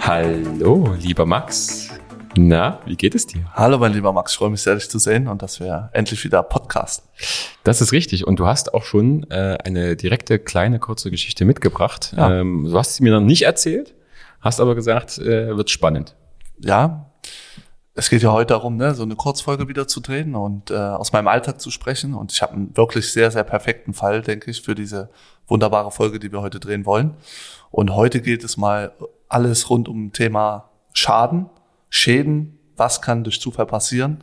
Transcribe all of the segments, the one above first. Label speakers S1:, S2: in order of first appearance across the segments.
S1: Hallo, lieber Max. Na, wie geht es dir?
S2: Hallo, mein lieber Max. Ich freue mich sehr, dich zu sehen und dass wir endlich wieder podcasten.
S1: Das ist richtig. Und du hast auch schon äh, eine direkte, kleine, kurze Geschichte mitgebracht.
S2: Ja.
S1: Ähm, du hast sie mir noch nicht erzählt, hast aber gesagt, äh, wird spannend.
S2: Ja, es geht ja heute darum, ne, so eine Kurzfolge wieder zu drehen und äh, aus meinem Alltag zu sprechen. Und ich habe einen wirklich sehr, sehr perfekten Fall, denke ich, für diese wunderbare Folge, die wir heute drehen wollen. Und heute geht es mal alles rund um Thema Schaden, Schäden, was kann durch Zufall passieren.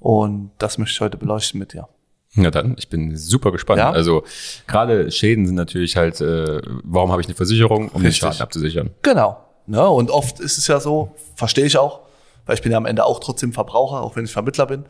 S2: Und das möchte ich heute beleuchten mit dir.
S1: Na dann, ich bin super gespannt.
S2: Ja.
S1: Also gerade Schäden sind natürlich halt, äh, warum habe ich eine Versicherung, um den
S2: Richtig.
S1: Schaden abzusichern?
S2: Genau. Ne? Und oft ist es ja so, verstehe ich auch, weil ich bin ja am Ende auch trotzdem Verbraucher, auch wenn ich Vermittler bin,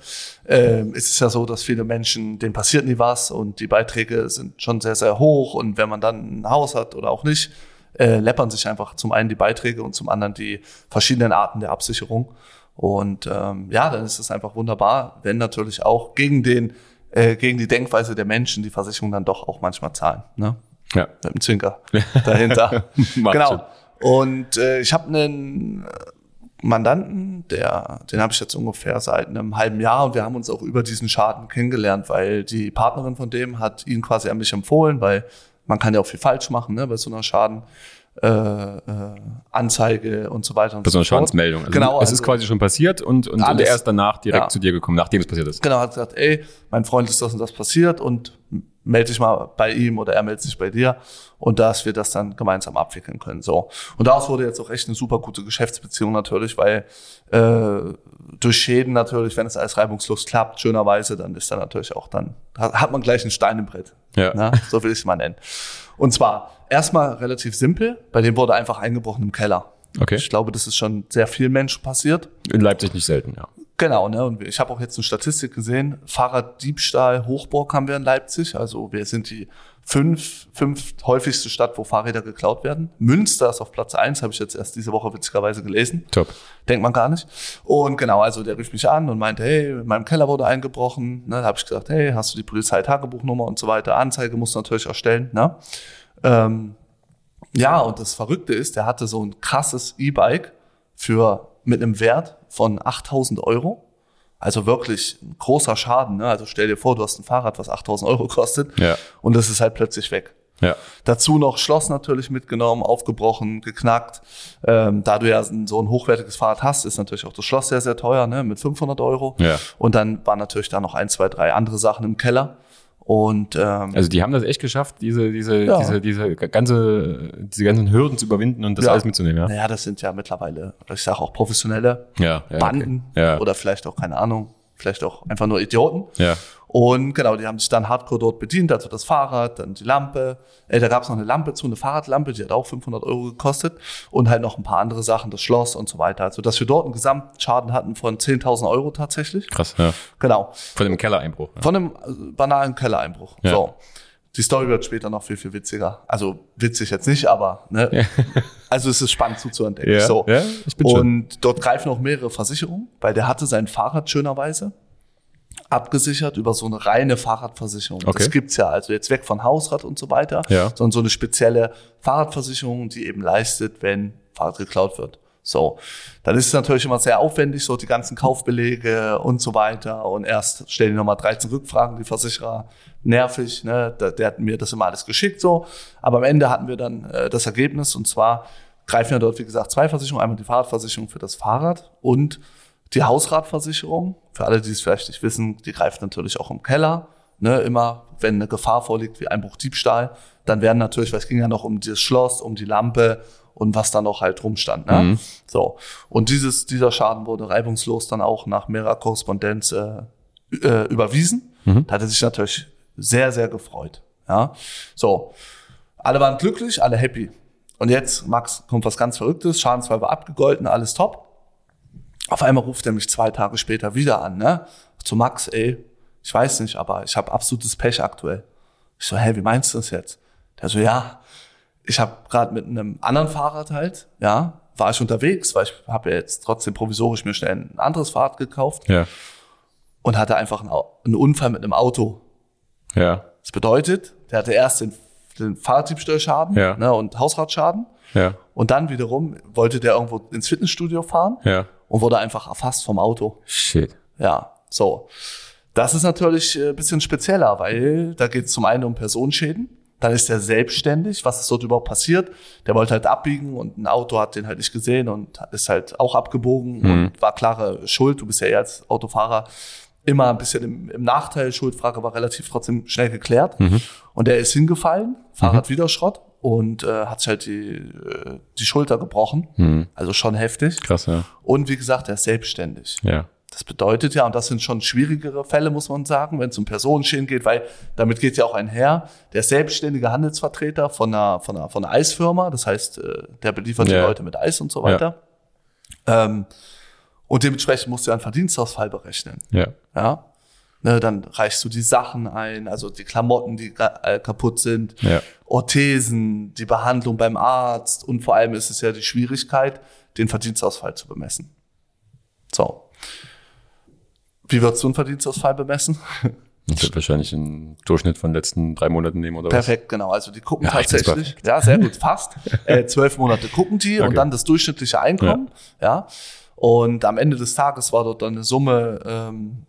S2: ähm, ist es ja so, dass viele Menschen, denen passiert nie was und die Beiträge sind schon sehr, sehr hoch. Und wenn man dann ein Haus hat oder auch nicht, äh, läppern sich einfach zum einen die Beiträge und zum anderen die verschiedenen Arten der Absicherung. Und ähm, ja, dann ist es einfach wunderbar, wenn natürlich auch gegen den, äh, gegen die Denkweise der Menschen die Versicherung dann doch auch manchmal zahlen. Ne?
S1: Ja.
S2: Mit dem Zwinker dahinter.
S1: Macht Sinn.
S2: genau. Und äh, ich habe einen Mandanten, der, den habe ich jetzt ungefähr seit einem halben Jahr und wir haben uns auch über diesen Schaden kennengelernt, weil die Partnerin von dem hat ihn quasi an mich empfohlen, weil man kann ja auch viel falsch machen, ne, bei so einer Schaden. Äh, äh, Anzeige und so weiter und
S1: Bei so
S2: so
S1: einer
S2: fort.
S1: Schadensmeldung. Also
S2: genau,
S1: Es ist
S2: also-
S1: quasi schon passiert und, und, und
S2: Alles.
S1: er ist danach direkt
S2: Ja.
S1: zu dir gekommen, nachdem es passiert ist.
S2: Genau, hat gesagt, ey, mein Freund ist das und das passiert und melde dich mal bei ihm oder er meldet sich bei dir und dass wir das dann gemeinsam abwickeln können. So. Und daraus wurde jetzt auch echt eine super gute Geschäftsbeziehung natürlich, weil äh, durch Schäden natürlich, wenn es alles reibungslos klappt, schönerweise, dann ist da natürlich auch dann, hat hat man gleich einen Stein im Brett.
S1: Ja.
S2: Ne? So will ich es mal nennen. Und zwar erstmal relativ simpel, bei dem wurde einfach eingebrochen im Keller.
S1: Okay.
S2: Ich glaube, das ist schon sehr vielen Menschen passiert.
S1: In Leipzig nicht selten, ja.
S2: Genau, ne? Und ich habe auch jetzt eine Statistik gesehen. Fahrraddiebstahl, Hochburg haben wir in Leipzig. Also wir sind die fünf, fünf häufigste Stadt, wo Fahrräder geklaut werden. Münster ist auf Platz eins, habe ich jetzt erst diese Woche witzigerweise gelesen.
S1: Top.
S2: Denkt man gar nicht. Und genau, also der rief mich an und meinte, hey, in meinem Keller wurde eingebrochen. Ne, da habe ich gesagt, hey, hast du die Polizei Tagebuchnummer und so weiter? Anzeige musst du natürlich erstellen. Ne? Ähm, ja, und das Verrückte ist, der hatte so ein krasses E-Bike für mit einem Wert von 8000 Euro. Also wirklich ein großer Schaden. Ne? Also stell dir vor, du hast ein Fahrrad, was 8000 Euro kostet
S1: Ja.
S2: und das ist halt plötzlich weg.
S1: Ja.
S2: Dazu noch Schloss natürlich mitgenommen, aufgebrochen, geknackt. Ähm, da du ja so ein so ein hochwertiges Fahrrad hast, ist natürlich auch das Schloss sehr, sehr teuer, ne? mit 500 Euro.
S1: Ja.
S2: Und dann waren natürlich da noch ein, zwei, drei andere Sachen im Keller. Und ähm,
S1: Also die haben das echt geschafft, diese, diese,
S2: Ja.
S1: diese, diese ganze, diese ganzen Hürden zu überwinden und das
S2: Ja.
S1: alles mitzunehmen, ja.
S2: naja, das sind ja mittlerweile, ich sage auch professionelle
S1: Ja. ja
S2: Banden
S1: Okay. Ja.
S2: oder vielleicht auch, keine Ahnung, vielleicht auch einfach nur Idioten.
S1: ja.
S2: Und genau, die haben sich dann hardcore dort bedient, also das Fahrrad, dann die Lampe. Äh, da gab es noch eine Lampe zu, eine Fahrradlampe, die hat auch 500 Euro gekostet. Und halt noch ein paar andere Sachen, das Schloss und so weiter. Also, dass wir dort einen Gesamtschaden hatten von 10.000 Euro tatsächlich.
S1: Krass, ja.
S2: Genau,
S1: Von dem Kellereinbruch. ne? Ja.
S2: von einem äh, banalen Kellereinbruch.
S1: Ja.
S2: So. Die Story wird später noch viel, viel witziger. Also witzig jetzt nicht, aber ne? also es ist spannend zuzuhören, denke ich. So.
S1: ja, ich bin schon.
S2: Und dort greifen auch mehrere Versicherungen, weil der hatte sein Fahrrad schönerweise abgesichert über so eine reine Fahrradversicherung.
S1: Okay.
S2: Das gibt's ja. Also jetzt weg von Hausrat und so weiter,
S1: Ja.
S2: sondern so eine spezielle Fahrradversicherung, die eben leistet, wenn Fahrrad geklaut wird. So, dann ist es natürlich immer sehr aufwendig, so die ganzen Kaufbelege und so weiter. Und erst stellen die nochmal 13 Rückfragen, die Versicherer, nervig, ne? der, der hat mir das immer alles geschickt so. Aber am Ende hatten wir dann äh, das Ergebnis und zwar greifen ja dort, wie gesagt, zwei Versicherungen, einmal die Fahrradversicherung für das Fahrrad und die Hausratversicherung, für alle, die es vielleicht nicht wissen, die greift natürlich auch im Keller. Ne, immer, wenn eine Gefahr vorliegt, wie Einbruch, Diebstahl, dann werden natürlich, weil es ging ja noch um das Schloss, um die Lampe und was da noch halt rumstand. Ne?
S1: Mhm.
S2: So. Und dieses, dieser Schaden wurde reibungslos dann auch nach mehrerer Korrespondenz äh, äh, überwiesen.
S1: Mhm.
S2: Da hat er sich natürlich sehr, sehr gefreut. Ja? So. Alle waren glücklich, alle happy. Und jetzt, Max, kommt was ganz Verrücktes. Schadensfall war abgegolten, alles top. Auf einmal ruft er mich zwei Tage später wieder an, ne? Zu Max, ey, ich weiß nicht, aber ich habe absolutes Pech aktuell. Ich so, hä, wie meinst du das jetzt? Der so, ja, ich habe gerade mit einem anderen Fahrrad halt, ja, war ich unterwegs, weil ich habe ja jetzt trotzdem provisorisch mir schnell ein anderes Fahrrad gekauft
S1: Ja.
S2: und hatte einfach einen, Au- einen Unfall mit einem Auto.
S1: Ja.
S2: Das bedeutet, der hatte erst den, den Fahrraddiebstahlschaden
S1: Ja.
S2: ne, und Hausratschaden
S1: Ja.
S2: Und dann wiederum wollte der irgendwo ins Fitnessstudio fahren
S1: Ja.
S2: und wurde einfach erfasst vom Auto.
S1: Shit.
S2: Ja, so. Das ist natürlich äh, ein bisschen spezieller, weil da geht es zum einen um Personenschäden. Dann ist er selbstständig, was ist dort überhaupt passiert. Der wollte halt abbiegen und ein Auto hat den halt nicht gesehen und ist halt auch abgebogen und war klare Schuld. Du bist ja eher als Autofahrer immer ein bisschen im, im Nachteil. Schuldfrage war relativ trotzdem schnell geklärt. Und der ist hingefallen, Fahrrad wieder Schrott und äh, hat sich halt die, äh, die Schulter gebrochen.
S1: Hm.
S2: Also schon heftig.
S1: Krass, ja.
S2: Und wie gesagt, er ist selbstständig.
S1: Ja.
S2: Das bedeutet ja, und das sind schon schwierigere Fälle, muss man sagen, wenn es um Personenschäden geht, weil damit geht ja auch einher, der ist selbstständige Handelsvertreter von einer, von einer, von einer Eisfirma, das heißt, äh, der beliefert
S1: Ja.
S2: die Leute mit Eis und so weiter. Ähm, und dementsprechend musst du ja einen Verdienstausfall berechnen.
S1: Ja.
S2: Ja? Ne, dann reichst du die Sachen ein, also die Klamotten, die ka- äh, kaputt sind,
S1: Ja.
S2: Orthesen, die Behandlung beim Arzt und vor allem ist es ja die Schwierigkeit, den Verdienstausfall zu bemessen. So. Wie wird so ein Verdienstausfall bemessen?
S1: Ich würde wahrscheinlich einen Durchschnitt von den letzten drei Monaten nehmen oder
S2: Perfekt, genau. Also die gucken
S1: Ja, ich bin's
S2: tatsächlich. Ja, sehr gut, fast. Äh, zwölf Monate gucken die
S1: Okay.
S2: und dann das durchschnittliche Einkommen. Ja. Und am Ende des Tages war dort dann eine Summe, ähm,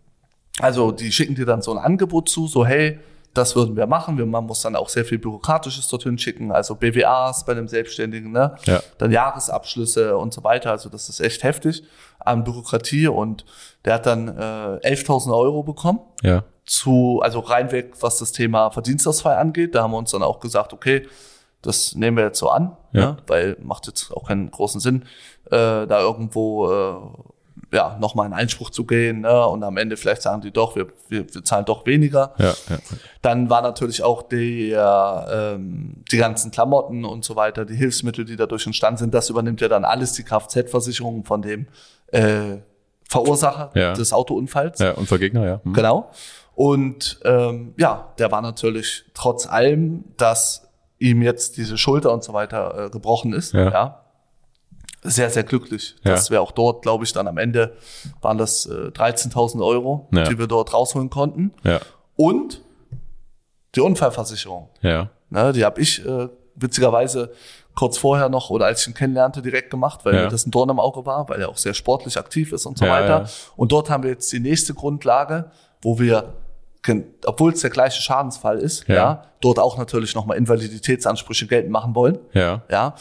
S2: also die schicken dir dann so ein Angebot zu, so hey, das würden wir machen. Wir, man muss dann auch sehr viel Bürokratisches dorthin schicken, also BWAs bei einem Selbstständigen, ne?
S1: Ja.
S2: dann Jahresabschlüsse und so weiter. Also das ist echt heftig an Bürokratie. Und der hat dann äh, 11.000 Euro bekommen
S1: was? Ja.
S2: zu, also reinweg, was das Thema Verdienstausfall angeht. Da haben wir uns dann auch gesagt, okay, das nehmen wir jetzt so an,
S1: Ja.
S2: ne? weil macht jetzt auch keinen großen Sinn, äh, da irgendwo äh, ja, nochmal in Einspruch zu gehen ne? und am Ende vielleicht sagen die doch, wir, wir, wir zahlen doch weniger.
S1: Ja. Ja.
S2: Dann war natürlich auch die, äh, ähm, die ganzen Klamotten und so weiter, die Hilfsmittel, die dadurch entstanden sind, das übernimmt ja dann alles die Kfz-Versicherung von dem äh, Verursacher
S1: Ja.
S2: des Autounfalls.
S1: ja. Und Vergegner, ja. Hm.
S2: Genau. Und ähm, ja, der war natürlich trotz allem, dass ihm jetzt diese Schulter und so weiter äh, gebrochen ist,
S1: Ja.
S2: ja. sehr, sehr glücklich,
S1: Ja.
S2: dass wir auch dort, glaube ich, dann am Ende waren das äh, 13.000 Euro,
S1: Ja.
S2: die wir dort rausholen konnten.
S1: Ja.
S2: Und die Unfallversicherung,
S1: Ja.
S2: ne, die habe ich äh, witzigerweise kurz vorher noch oder als ich ihn kennenlernte direkt gemacht, weil
S1: Ja.
S2: mir das ein Dorn im Auge war, weil er auch sehr sportlich aktiv ist und so
S1: Ja,
S2: weiter.
S1: ja.
S2: Und dort haben wir jetzt die nächste Grundlage, wo wir, gen- obwohl es der gleiche Schadensfall ist,
S1: Ja.
S2: ja, dort auch natürlich nochmal Invaliditätsansprüche geltend machen wollen.
S1: Ja.
S2: Ja,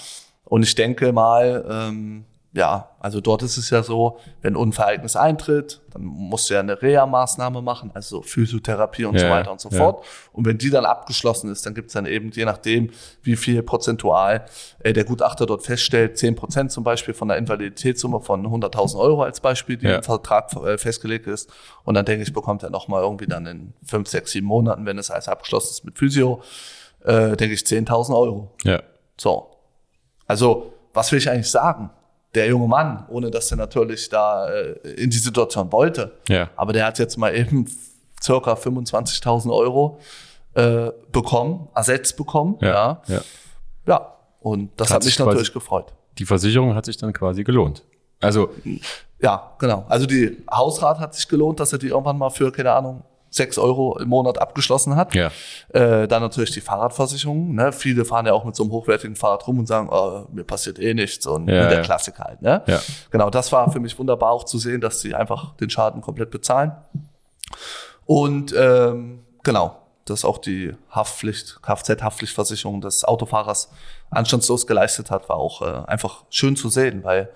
S2: und ich denke mal, ähm, ja, also dort ist es ja so, wenn ein Unvereignis eintritt, dann musst du ja eine Reha-Maßnahme machen, also Physiotherapie und so
S1: Ja,
S2: weiter und so
S1: ja.
S2: fort. Und wenn die dann abgeschlossen ist, dann gibt's dann eben, je nachdem, wie viel prozentual äh, der Gutachter dort feststellt, 10 Prozent zum Beispiel von der Invaliditätssumme von 100.000 Euro als Beispiel, die
S1: Ja.
S2: im Vertrag äh, festgelegt ist. Und dann denke ich, bekommt er nochmal irgendwie dann in fünf sechs sieben Monaten, wenn es alles abgeschlossen ist mit Physio, äh, denke ich 10.000 Euro.
S1: Ja.
S2: So. Also, was will ich eigentlich sagen? Der junge Mann, ohne dass er natürlich da äh, in die Situation wollte,
S1: Ja.
S2: aber der hat jetzt mal eben circa 25.000 Euro äh, bekommen, ersetzt bekommen. Ja.
S1: Ja.
S2: ja.
S1: ja.
S2: Und das
S1: Hat
S2: hat, mich
S1: sich quasi-
S2: natürlich gefreut.
S1: Die Versicherung hat sich dann quasi gelohnt. Also,
S2: Ja, genau. Also die Hausrat hat sich gelohnt, dass er die irgendwann mal für, keine Ahnung, 6 Euro im Monat abgeschlossen hat.
S1: ja.
S2: Äh, dann natürlich die Fahrradversicherung. Ne? Viele fahren ja auch mit so einem hochwertigen Fahrrad rum und sagen, oh, mir passiert eh nichts. Und
S1: Ja,
S2: der
S1: ja.
S2: Klassiker halt. Ne?
S1: Ja.
S2: Genau, das war für mich wunderbar auch zu sehen, dass sie einfach den Schaden komplett bezahlen. Und ähm, genau, dass auch die Haftpflicht, Kfz-Haftpflichtversicherung des Autofahrers anstandslos geleistet hat, war auch äh, einfach schön zu sehen, weil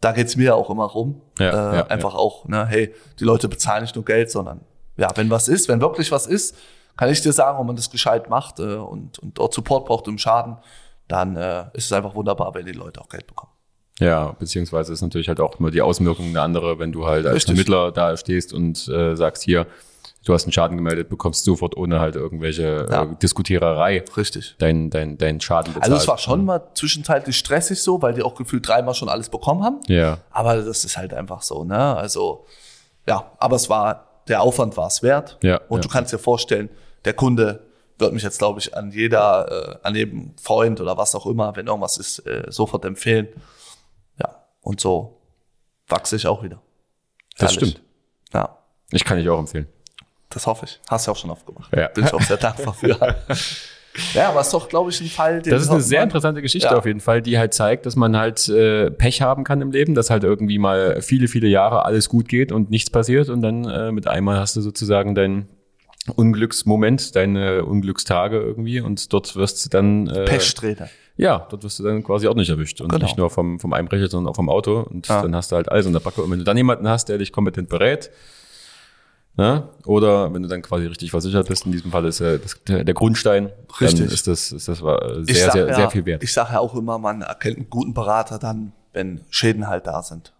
S2: da geht's mir auch immer rum.
S1: Ja,
S2: äh,
S1: ja,
S2: einfach auch, ne, hey, die Leute bezahlen nicht nur Geld, sondern ja, wenn was ist, wenn wirklich was ist, kann ich dir sagen, wenn man das gescheit macht äh, und, und dort Support braucht im Schaden, dann äh, ist es einfach wunderbar, wenn die Leute auch Geld bekommen.
S1: Ja, beziehungsweise ist natürlich halt auch immer die Auswirkung eine andere, wenn du halt als
S2: Richtig.
S1: Vermittler da stehst und äh, sagst, hier, du hast einen Schaden gemeldet, bekommst sofort ohne halt irgendwelche
S2: Ja.
S1: äh, Diskutiererei
S2: Richtig.
S1: deinen dein, dein Schaden bezahlt. Mhm.
S2: Also es war schon mal zwischenzeitlich stressig so, weil die auch gefühlt dreimal schon alles bekommen haben.
S1: Ja,
S2: Aber das ist halt einfach so, ne? Also, ja, aber es war, der Aufwand war es wert.
S1: Ja,
S2: Und
S1: ja.
S2: du kannst dir vorstellen, der Kunde wird mich jetzt, glaube ich, an jeder, äh, an jedem Freund oder was auch immer, wenn irgendwas ist, äh, sofort empfehlen. Ja, und so wachse ich auch wieder.
S1: das
S2: Herrlich.
S1: stimmt.
S2: Ja,
S1: Ich kann dich auch empfehlen.
S2: das hoffe ich. Hast du auch schon oft gemacht.
S1: Ja.
S2: Bin ich auch sehr dankbar für. Ja, aber es ist doch, glaube ich, ein Fall, den
S1: Das ist eine
S2: sollte
S1: sehr
S2: man-
S1: interessante Geschichte
S2: Ja.
S1: auf jeden Fall, die halt zeigt, dass man halt äh, Pech haben kann im Leben, dass halt irgendwie mal viele, viele Jahre alles gut geht und nichts passiert und dann äh, mit einmal hast du sozusagen deinen Unglücksmoment, deine Unglückstage irgendwie und dort wirst du dann äh,
S2: Pechsträhne.
S1: Ja, dort wirst du dann quasi auch nicht erwischt. Und
S2: Genau.
S1: nicht nur vom, vom Einbrecher, sondern auch vom Auto. Und
S2: Ja.
S1: dann hast du halt alles in der Backe. Und wenn du dann jemanden hast, der dich kompetent berät, ne? oder wenn du dann quasi richtig versichert bist, in diesem Fall ist äh, das, der, der Grundstein, dann
S2: Richtig.
S1: ist das, ist das äh,
S2: Ich
S1: sehr,
S2: sag
S1: sehr,
S2: ja,
S1: sehr viel wert.
S2: Ich sage ja auch immer, man erkennt einen guten Berater dann, wenn Schäden halt da sind.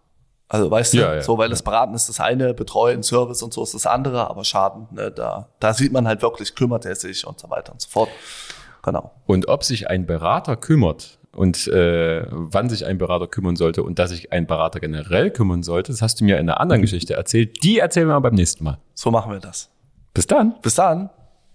S2: Also weißt du,
S1: Ja, ja,
S2: so weil
S1: ja.
S2: das Beraten ist das eine, Betreuen, Service und so ist das andere, aber Schaden, ne, da, da sieht man halt wirklich, kümmert er sich und so weiter und so fort. Genau.
S1: Und ob sich ein Berater kümmert und äh, wann sich ein Berater kümmern sollte und dass sich ein Berater generell kümmern sollte, das hast du mir in einer anderen Geschichte erzählt. Die erzählen wir mal beim nächsten Mal.
S2: So machen wir das.
S1: Bis dann.
S2: Bis dann.